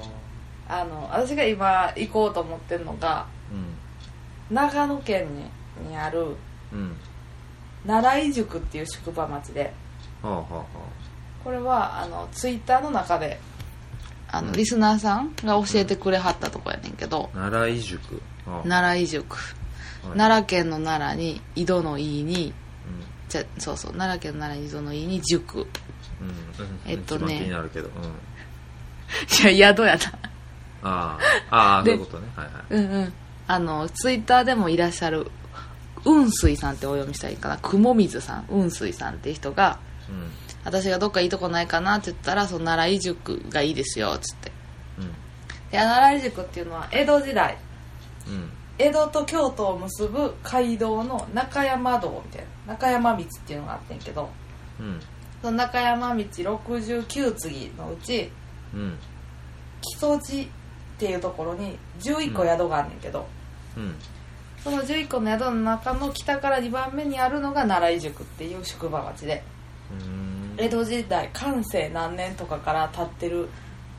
Speaker 2: あの私が今行こうと思ってるのが
Speaker 1: あう
Speaker 2: 長野県ににある
Speaker 1: んうん
Speaker 2: 奈良井宿っていう宿場町で
Speaker 1: はあはあは
Speaker 2: これはあのツイッターの中であのリスナーさんが教えてくれはったとこやねんけど、
Speaker 1: あ奈良井宿ああ
Speaker 2: 奈良井宿、
Speaker 1: はい
Speaker 2: 奈良県の奈良に井戸の井に
Speaker 1: うん
Speaker 2: じゃそうそう奈良県の奈良に井戸の井に
Speaker 1: うん
Speaker 2: 塾
Speaker 1: うん
Speaker 2: えっとね
Speaker 1: 一番気になるけど、うん、
Speaker 2: いや宿やな
Speaker 1: ああああそ
Speaker 2: で
Speaker 1: ういうことねはいはい
Speaker 2: うんうんあのツイッターでもいらっしゃる雲水さんってお読みしたらいいかな雲水さん雲水さんっていう人が
Speaker 1: うん
Speaker 2: 私がどっかいいとこないかなって言ったらその奈良井宿がいいですよっつって
Speaker 1: うん
Speaker 2: で奈良井宿っていうのは江戸時代
Speaker 1: うん
Speaker 2: 江戸と京都を結ぶ街道の中山道みたいな中山道っていうのがあってんけど
Speaker 1: うん
Speaker 2: その中山道69次のうち
Speaker 1: うん
Speaker 2: 木曽路っていうところに11個宿があんねんけど、
Speaker 1: うん
Speaker 2: その11個の宿の中の北から2番目にあるのが奈良井宿っていう宿場町で
Speaker 1: うん
Speaker 2: 江戸時代寛政何年とかから建ってる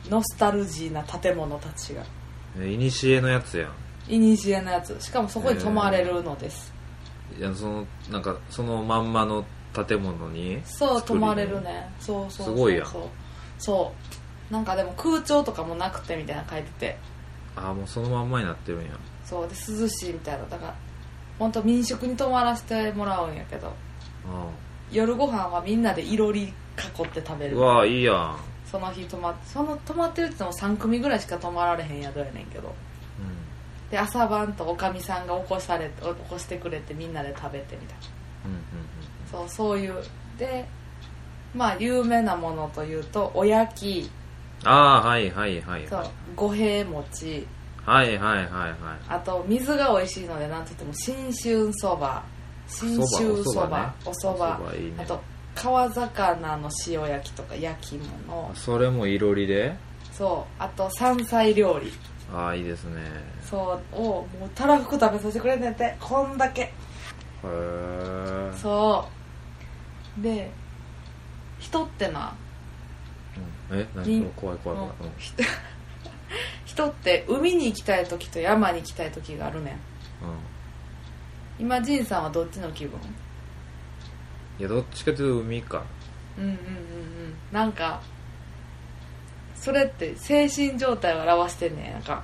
Speaker 2: ノスタルジーな建物たちが
Speaker 1: えいにしえのやつやん
Speaker 2: いにしえのやつしかもそこに泊まれるのです、
Speaker 1: いやそのなんかそのまんまの建物に
Speaker 2: そう
Speaker 1: 作り
Speaker 2: 泊
Speaker 1: に
Speaker 2: まれるねそうそうそうそう
Speaker 1: すごいやん
Speaker 2: そうなんかでも空調とかもなくてみたいなの書いてて
Speaker 1: ああもうそのまんまになってるんや
Speaker 2: そうで涼しいみたいなだから本当民宿に泊まらせてもらうんやけど
Speaker 1: あ
Speaker 2: 夜ご飯はみんなでいろり囲って食べ
Speaker 1: あ
Speaker 2: る
Speaker 1: うわーいいやん
Speaker 2: その日泊まってその泊まってるって言っても3組ぐらいしか泊まられへん宿やねんけどで朝晩とおかみさんが起こされて起こしてくれてみんなで食べてみたいな
Speaker 1: うんうん
Speaker 2: そうそういうでまあ有名なものというとおやき
Speaker 1: うんああはいはいはい
Speaker 2: そう
Speaker 1: はい
Speaker 2: 五平餅
Speaker 1: はいはいはいは
Speaker 2: あと水が美味しいのでなんといっても信州そば信州そばお
Speaker 1: お
Speaker 2: そ
Speaker 1: そ
Speaker 2: ば
Speaker 1: ば、ねおそばいいね
Speaker 2: あと川魚の塩焼きとか焼き物
Speaker 1: いそれもいろりで
Speaker 2: そうあと山菜料理
Speaker 1: ああいいですね
Speaker 2: そうをもうたらふく食べさせてくれんねんてこんだけ
Speaker 1: へえ
Speaker 2: そうで人ってな
Speaker 1: うんえ
Speaker 2: に
Speaker 1: 何怖い怖い怖い
Speaker 2: も、う
Speaker 1: うん
Speaker 2: ひ人って海に行きたい時と山に行きたい時があるねん
Speaker 1: うん
Speaker 2: 今仁さんはどっちの気分
Speaker 1: いやどっちかというと海か
Speaker 2: うんうんうんうんなんかそれって精神状態を表してんねんなんか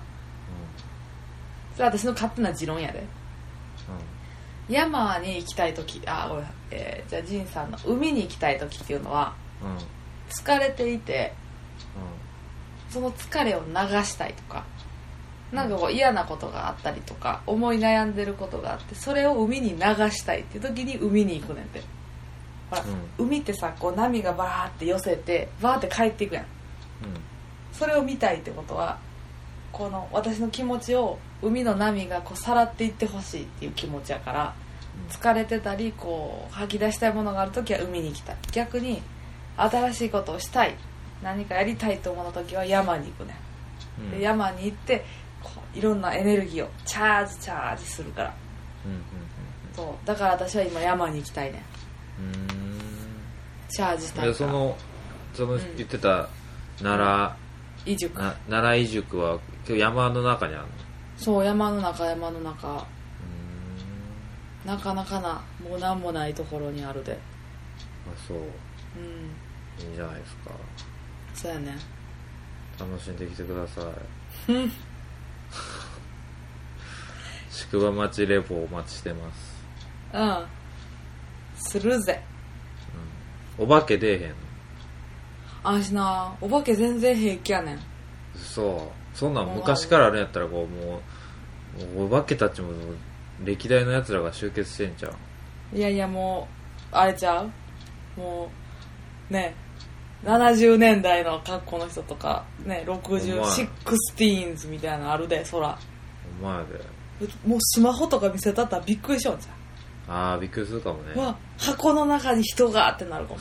Speaker 2: それ私の勝手な持論やで
Speaker 1: う
Speaker 2: 山に行きたい時あごめん、えーじゃあ仁さんの海に行きたい時っていうのは
Speaker 1: んうんうんうん
Speaker 2: 疲れていてその疲れを流したいとかなんかこう嫌なことがあったりとか思い悩んでることがあってそれを海に流したいっていう時に海に行くねんてほら、
Speaker 1: う
Speaker 2: 海ってさこう波がバーって寄せてバーって帰っていくやんそれを見たいってことはこの私の気持ちを海の波がこうさらっていってほしいっていう気持ちやから疲れてたりこう吐き出したいものがある時は海に行きたい逆に新しいことをしたい何かやりたいと思う時は山に行くねん
Speaker 1: うんうん
Speaker 2: で山に行ってこいろんなエネルギーをチャージチャージするから
Speaker 1: うんうん
Speaker 2: そうだから私は今山に行きたいね
Speaker 1: うんうん
Speaker 2: チャージしたいから
Speaker 1: でそのその
Speaker 2: ん
Speaker 1: 言ってた奈
Speaker 2: 移住
Speaker 1: 良、な奈良井宿は結構山の中にあるの
Speaker 2: そう山の中山の中なかなかなもう何もないところにあるで
Speaker 1: あそう
Speaker 2: うん
Speaker 1: いいんじゃないですか
Speaker 2: そうやね
Speaker 1: 楽しんできてください
Speaker 2: うん
Speaker 1: 宿場町レポお待ちしてます
Speaker 2: うんするぜ
Speaker 1: お化け出えへん
Speaker 2: あんしなお化け全然平気やねん
Speaker 1: そうそんなん昔からあるんやったらこうもうもうお化けたちも歴代のやつらが集結してんじゃん
Speaker 2: いやいやもうあれちゃうもうね70年代の格好の人とかね
Speaker 1: お
Speaker 2: 60
Speaker 1: 前
Speaker 2: シックスティーンズみたいなのあるでそら
Speaker 1: お前で
Speaker 2: もうスマホとか見せたったらびっくりしようじゃん
Speaker 1: ああびっくりするかもね
Speaker 2: うわ箱の中に人がってなるかも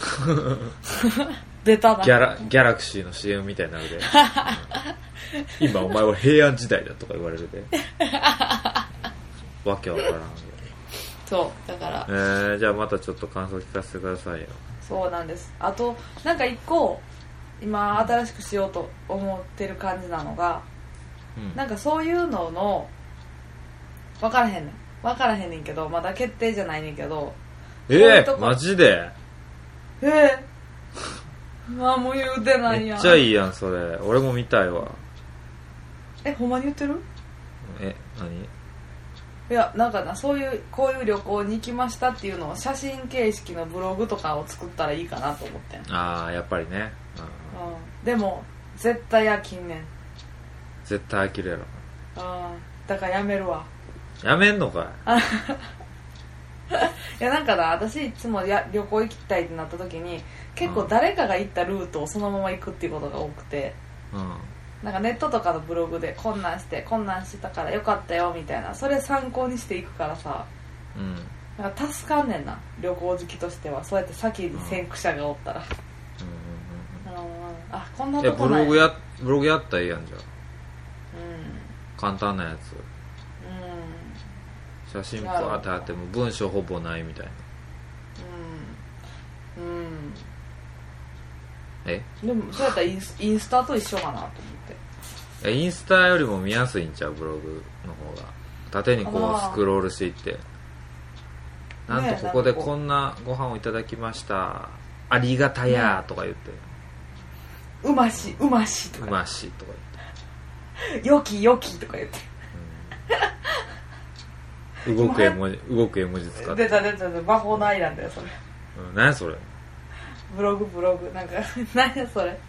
Speaker 2: ベタだ
Speaker 1: ギャラギャラクシーの CM みたいになるでうん今お前は平安時代だとか言われるでわけわからん
Speaker 2: そうだから
Speaker 1: えー、じゃあまたちょっと感想聞かせてくださいよ
Speaker 2: そうなんですあとなんか一個今新しくしようと思ってる感じなのが
Speaker 1: うん
Speaker 2: なんかそういうのの分からへんねん分からへんねんけどまだ決定じゃないねんけど
Speaker 1: え
Speaker 2: うと
Speaker 1: ー、
Speaker 2: こ
Speaker 1: マジで
Speaker 2: ええ何も言うてない
Speaker 1: め
Speaker 2: やん
Speaker 1: っちゃいいやんそれ俺も見たいわ
Speaker 2: えほんまに言ってる
Speaker 1: え何
Speaker 2: いやなんかなそういうこういう旅行に行きましたっていうのを写真形式のブログとかを作ったらいいかなと思ってん、うん、
Speaker 1: ああやっぱりね、うん、
Speaker 2: でも絶対飽きんねん、うん、
Speaker 1: 絶対飽きるやろ
Speaker 2: だからやめるわ
Speaker 1: やめんのかい
Speaker 2: いやなんかな私いつもや旅行行きたいってなった時に結構誰かが行ったルートをそのまま行くっていうことが多くて
Speaker 1: うん
Speaker 2: なんかネットとかのブログでこんなんしてこんなんしてたからよかったよみたいなそれ参考にしていくからさ
Speaker 1: うん
Speaker 2: なんか助かんねんな旅行好きとしてはそうやって先に先駆者がおったら、あのーあこん
Speaker 1: う
Speaker 2: なん
Speaker 1: いや
Speaker 2: とこ
Speaker 1: ブ
Speaker 2: ない
Speaker 1: ログやブログやったらいいやんじゃん
Speaker 2: う
Speaker 1: 簡単なやつ
Speaker 2: んうん
Speaker 1: 写真バーってあっても文章ほぼないみたいな
Speaker 2: うんうん
Speaker 1: え
Speaker 2: でもそうやったらインスインスタと一緒かなと思って
Speaker 1: いやインスタよりも見やすいんちゃうブログの方が縦にこう
Speaker 2: あー
Speaker 1: スクロールしていってなん
Speaker 2: ね
Speaker 1: と
Speaker 2: え
Speaker 1: ここで
Speaker 2: なんかこう
Speaker 1: こんなご飯をいただきましたありがたやーとか言って
Speaker 2: うましうましと
Speaker 1: う
Speaker 2: か
Speaker 1: ましとか
Speaker 2: よきよきとか言って
Speaker 1: 言って動く絵文字動く絵文字使って
Speaker 2: 出た出た出た魔法のアイランドやそれ
Speaker 1: うん何やそれ
Speaker 2: ブログブログなんか 何やそれ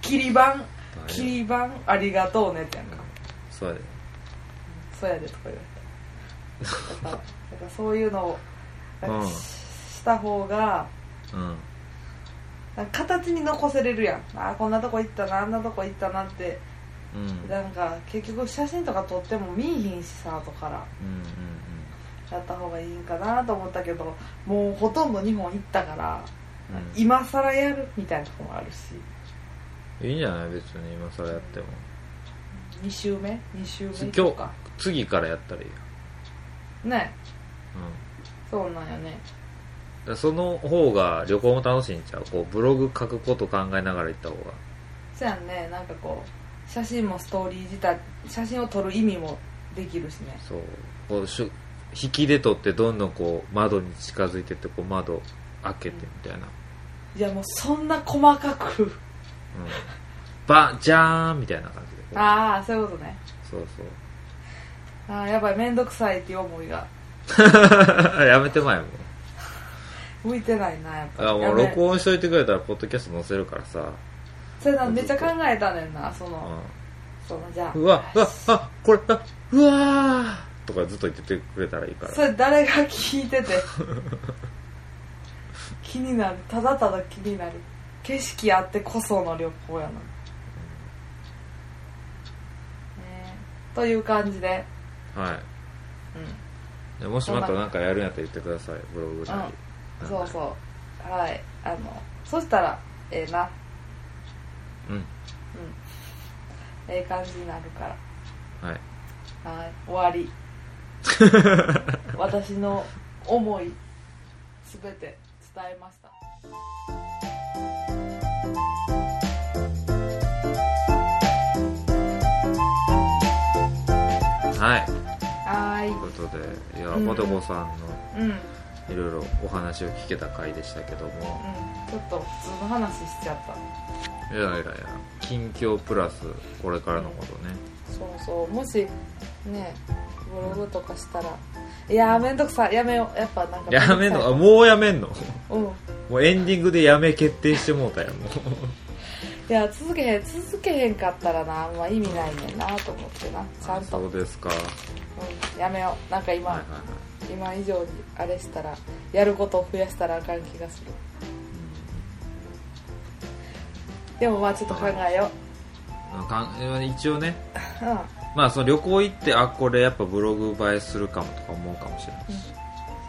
Speaker 2: 切り板切り板ありがとうねってやんか
Speaker 1: そうやで
Speaker 2: そうやでとか言われただからだからそういうのをなん
Speaker 1: うん
Speaker 2: かしした方が
Speaker 1: うん
Speaker 2: なんか形に残せれるやんあーこんなとこ行ったなあんなとこ行ったなって
Speaker 1: うんうんうん
Speaker 2: なんか結局写真とか撮っても見いひんしさとからやった方がいいんかなと思ったけどもうほとんど日本行ったから、
Speaker 1: うん
Speaker 2: 今更やるみたいなとこもあるし
Speaker 1: いいんじゃない別に今更やっても
Speaker 2: 2週目2週目
Speaker 1: 今
Speaker 2: と
Speaker 1: 日
Speaker 2: か
Speaker 1: 次からやったらいいよ、
Speaker 2: ね
Speaker 1: うん、だ
Speaker 2: そうなんよね
Speaker 1: からその方が旅行も楽しいんちゃうこうブログ書くこと考えながら行った方が
Speaker 2: そやんねなんかこう写真もストーリー自体写真を撮る意味もできるしね
Speaker 1: そうこうしゅ引きで取ってどんどんこう窓に近づいてってこう窓開けてみたいな、
Speaker 2: いやもうそんな細か
Speaker 1: う
Speaker 2: く
Speaker 1: ん、バンジャーンみたいな感じでこう
Speaker 2: ああそういうことね
Speaker 1: そうそう
Speaker 2: ああやばい面倒くさいっていう思いが
Speaker 1: やめてまえもう
Speaker 2: 向いてないなやっぱ
Speaker 1: あも
Speaker 2: や
Speaker 1: う
Speaker 2: べえ
Speaker 1: 録音しといてくれたらポッドキャスト載せるからさ、
Speaker 2: それなめっちゃ考えたねんなその、
Speaker 1: うん、
Speaker 2: そのじゃあ
Speaker 1: うわ、うわ、あ、これ、あ、うわーとかずっと言っててくれたらいいから。
Speaker 2: それ誰が聞いてて気になるただただ気になる景色あってこその旅行やな、ねえという感じで
Speaker 1: はい
Speaker 2: うん
Speaker 1: で。もしまたなんかやるんやったら言ってください、ブログなり。なん
Speaker 2: そ
Speaker 1: か
Speaker 2: うそうはいあのそしたらええな
Speaker 1: うん。
Speaker 2: ええ感じになるから
Speaker 1: はい。
Speaker 2: はい終わ り私の思いすべて伝えました
Speaker 1: はい
Speaker 2: は
Speaker 1: ということでいや
Speaker 2: うん
Speaker 1: ポトコさんの
Speaker 2: ーいうんうん
Speaker 1: いろいろお話を聞けた回でしたけども
Speaker 2: ちょっと普通の話しちゃった
Speaker 1: いやいやいや近況プラスこれからのこと ね
Speaker 2: そうそうもしねブログとかしたらいやーめんどくさいやめようやっぱなんか
Speaker 1: やめん
Speaker 2: どく
Speaker 1: の
Speaker 2: さ
Speaker 1: あ
Speaker 2: い
Speaker 1: もうやめんの
Speaker 2: うん
Speaker 1: もうエンディングでやめ決定してもうたやんも
Speaker 2: いや続けへん続けへんかったらなあんま意味ないねんなと思ってな
Speaker 1: う
Speaker 2: ちゃんと、
Speaker 1: あ
Speaker 2: う
Speaker 1: そうですか、はい
Speaker 2: ん、やめようなんか今、
Speaker 1: はいはい
Speaker 2: 今以上にあれしたらやることを増やしたらあかん気がするでもまあちょっと考えよ
Speaker 1: うんかん一応ね
Speaker 2: ううん
Speaker 1: まあその旅行行ってあこれやっぱブログ映えするかもとか思うかもしれないし、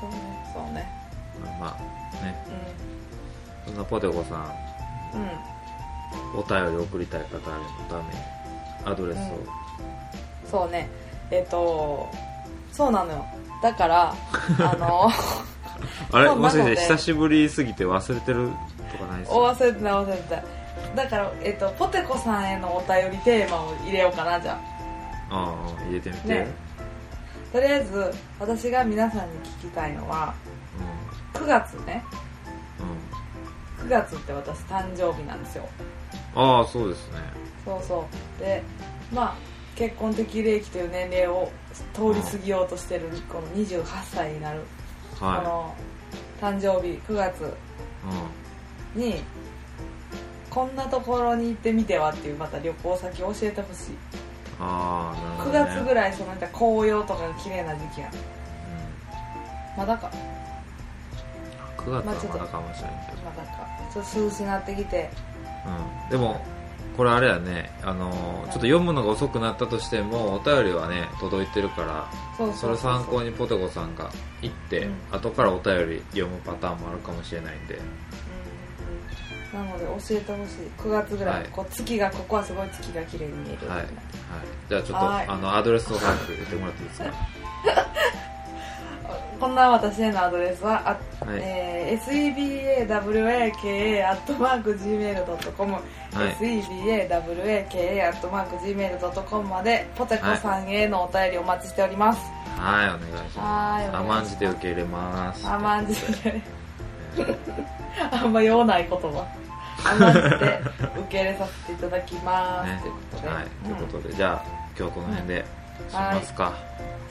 Speaker 2: そうねそうね
Speaker 1: まあねそんなポテコさん
Speaker 2: うんうん
Speaker 1: お便り送りたい方のためにアドレスを、
Speaker 2: うんそうねえっ、とそうなのよだからあ の
Speaker 1: あれ
Speaker 2: そう
Speaker 1: もしかし
Speaker 2: な
Speaker 1: て
Speaker 2: ので
Speaker 1: 久しぶりすぎて忘れてるとかないです
Speaker 2: お
Speaker 1: か
Speaker 2: 忘れてた忘れてただから、えっとポテコさんへのお便りテーマを入れようかなじゃあ
Speaker 1: ああ入れてみて、
Speaker 2: ねとりあえず私が皆さんに聞きたいのは9月ね
Speaker 1: うんうん
Speaker 2: 9月って私誕生日なんですよ
Speaker 1: ああそうですね
Speaker 2: そうそうでまあ結婚適齢期という年齢を通り過ぎようとしてるこの28歳になる、こ
Speaker 1: は
Speaker 2: の誕生日9月
Speaker 1: い、うん、
Speaker 2: にこんなところに行ってみてはっていうまた旅行先教えてほしい
Speaker 1: ああなる
Speaker 2: 9
Speaker 1: ほど、ね、
Speaker 2: 月ぐらいそのなんか紅葉とかが綺麗な時期やんまだか
Speaker 1: うん、9月はまだかもしれないけど
Speaker 2: まだかちょっと涼しなってきて
Speaker 1: うん、でもこれあれやね、あのーちょっと読むのが遅くなったとしてもお便りはね届いてるから
Speaker 2: そう
Speaker 1: そ
Speaker 2: そう
Speaker 1: れ
Speaker 2: そう
Speaker 1: 参考にポテコさんが行って、
Speaker 2: うん
Speaker 1: 後からお便り読むパターンもあるかもしれないんで
Speaker 2: うんなので教えてほしい9月ぐらい、
Speaker 1: はい
Speaker 2: こう月がここはすごい月が綺麗に見えるみたいな、
Speaker 1: はい、はい、じゃあちょっ
Speaker 2: はい
Speaker 1: とあのアドレスを早く言ってもらっていいですか
Speaker 2: こんな私へのアドレスは、あ
Speaker 1: はい
Speaker 2: えー sebawaka.gmail.com、
Speaker 1: はい
Speaker 2: sebawaka.gmail.com までポテコさんへのお便りお待ちしております、
Speaker 1: はいお願いしま
Speaker 2: はいお願いします
Speaker 1: す甘んじて受け入れます
Speaker 2: 甘んじて あんま用ない言葉甘んじて受け入れさせていただきます、
Speaker 1: ね
Speaker 2: ということで、
Speaker 1: はい、
Speaker 2: うん
Speaker 1: ということでじゃあ今日はこの辺でしますか、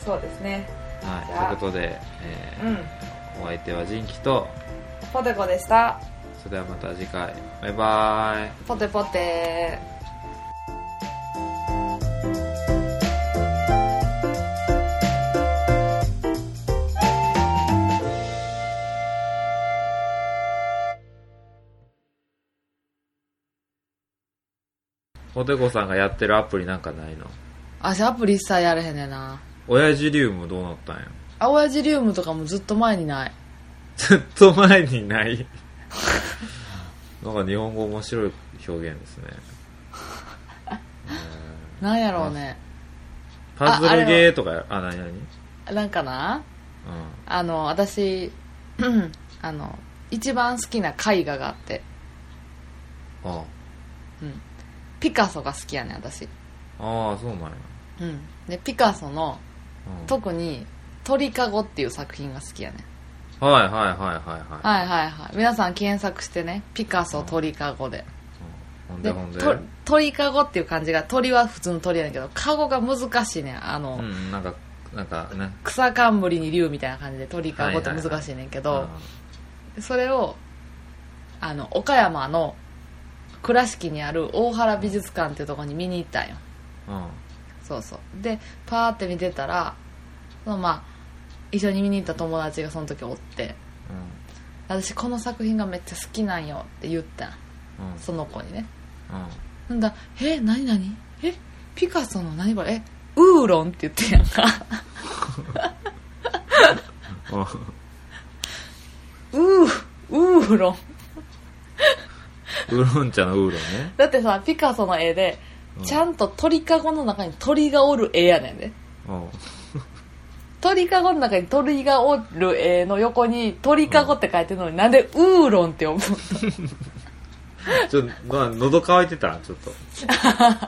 Speaker 2: そうですね
Speaker 1: はい
Speaker 2: じゃあ
Speaker 1: ということで、え
Speaker 2: うん
Speaker 1: ーお相手はジンキと
Speaker 2: ポテコでした
Speaker 1: それではまた次回バイバーイ
Speaker 2: ポテポテ
Speaker 1: ポテコさんがやってるアプリなんかないの
Speaker 2: あ私アプリ一切やれへんねんな
Speaker 1: 親父リウムどうなったんや
Speaker 2: 青親父リウムとかもずっと前にない
Speaker 1: ずっと前にない なんか日本語面白い表現ですね
Speaker 2: なんやろうね
Speaker 1: パズルゲーとかやあ何何うん
Speaker 2: なんかなあの私 あの一番好きな絵画があって
Speaker 1: あ
Speaker 2: ピカソが好きやねん私
Speaker 1: ああそうなんや
Speaker 2: うんでピカソの
Speaker 1: うん
Speaker 2: 特に「鳥かご」っていう作品が好きやねん
Speaker 1: はいはいはいはいはい
Speaker 2: はいはいはい皆さん検索してねピカソ鳥かごで
Speaker 1: ほんで
Speaker 2: で
Speaker 1: ほんで
Speaker 2: と鳥かごっていう感じが鳥は普通の鳥やねんけどかごが難しいねんあの、
Speaker 1: うんなんかなんかね
Speaker 2: 草冠に竜みたいな感じで鳥かごって難しいねんけど、それをあの岡山の倉敷にある大原美術館っていうところに見に行ったんよ
Speaker 1: うんうん
Speaker 2: そうそうでパーって見てたらそのまあ一緒に見に行った友達がその時おって「私この作品がめっちゃ好きなんよ」って言ったん
Speaker 1: うん
Speaker 2: その子にね
Speaker 1: うん
Speaker 2: なんだ「え何何えピカソの何これえウーロン」って言ってんやんか
Speaker 1: うん
Speaker 2: ウーウーロン
Speaker 1: ウーロン茶のウーロンね
Speaker 2: だってさピカソの絵で
Speaker 1: うん
Speaker 2: ちゃんと鳥かごの中に鳥がおる絵やねんで、
Speaker 1: うん
Speaker 2: 鳥かごの中に鳥がおる絵の横に鳥かごって書いてるのに、なんでウーロンって読むの
Speaker 1: ちょっと、まあ、喉乾いてたちょっと。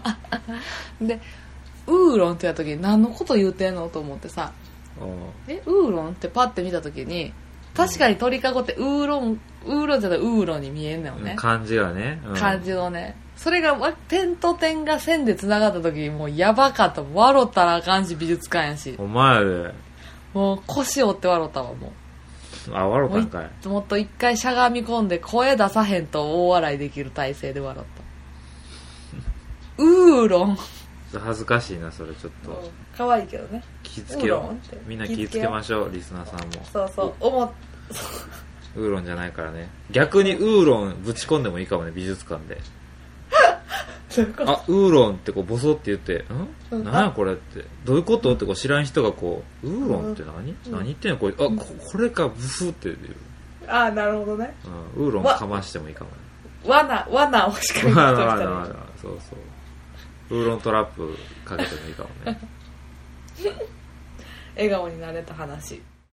Speaker 2: でウーロンって言った時に何のこと言うてんのと思ってさ
Speaker 1: うん
Speaker 2: えウーロンってパッて見た時に確かに鳥かごってウーロンウーロンじゃないウーロンに見えんのよね、
Speaker 1: 感じがね。うん
Speaker 2: 感じのねそれがわ点と点が線で繋がった時にもうやばかった笑ったらあかんし美術館やし
Speaker 1: お前らで、
Speaker 2: もう腰折って笑ったわもう
Speaker 1: あ、笑った
Speaker 2: も
Speaker 1: んかい。
Speaker 2: うもっと一回しゃがみ込んで声出さへんと大笑いできる体勢で笑ったウーロン
Speaker 1: 恥ずかしいな、それちょっと。
Speaker 2: 可愛いけどね
Speaker 1: 気ぃつけ
Speaker 2: ウーロ
Speaker 1: よ
Speaker 2: ンって
Speaker 1: う。みんな気ぃつけましょう、リスナーさんも。
Speaker 2: そうそう思っ
Speaker 1: ウーロンじゃないからね。逆にウーロンぶち込んでもいいかもね、美術館で。
Speaker 2: そう いうこと
Speaker 1: あ、ウーロンってこう、ボソって言って、
Speaker 2: うんん
Speaker 1: なんやこれって。どういうことってこう、知らん人がこう、ウーロンって何
Speaker 2: うん
Speaker 1: 何言ってんのこれ、あ、ここれか、ブスって言う。
Speaker 2: ああなるほどね
Speaker 1: うんウーロンかましてもいいかもね。
Speaker 2: 罠罠を仕
Speaker 1: まあ
Speaker 2: 掛けて
Speaker 1: ま
Speaker 2: き
Speaker 1: あま
Speaker 2: た
Speaker 1: あ
Speaker 2: ね
Speaker 1: まあそうそうウーロントラップかけてもいいかもね
Speaker 2: 笑顔になれた話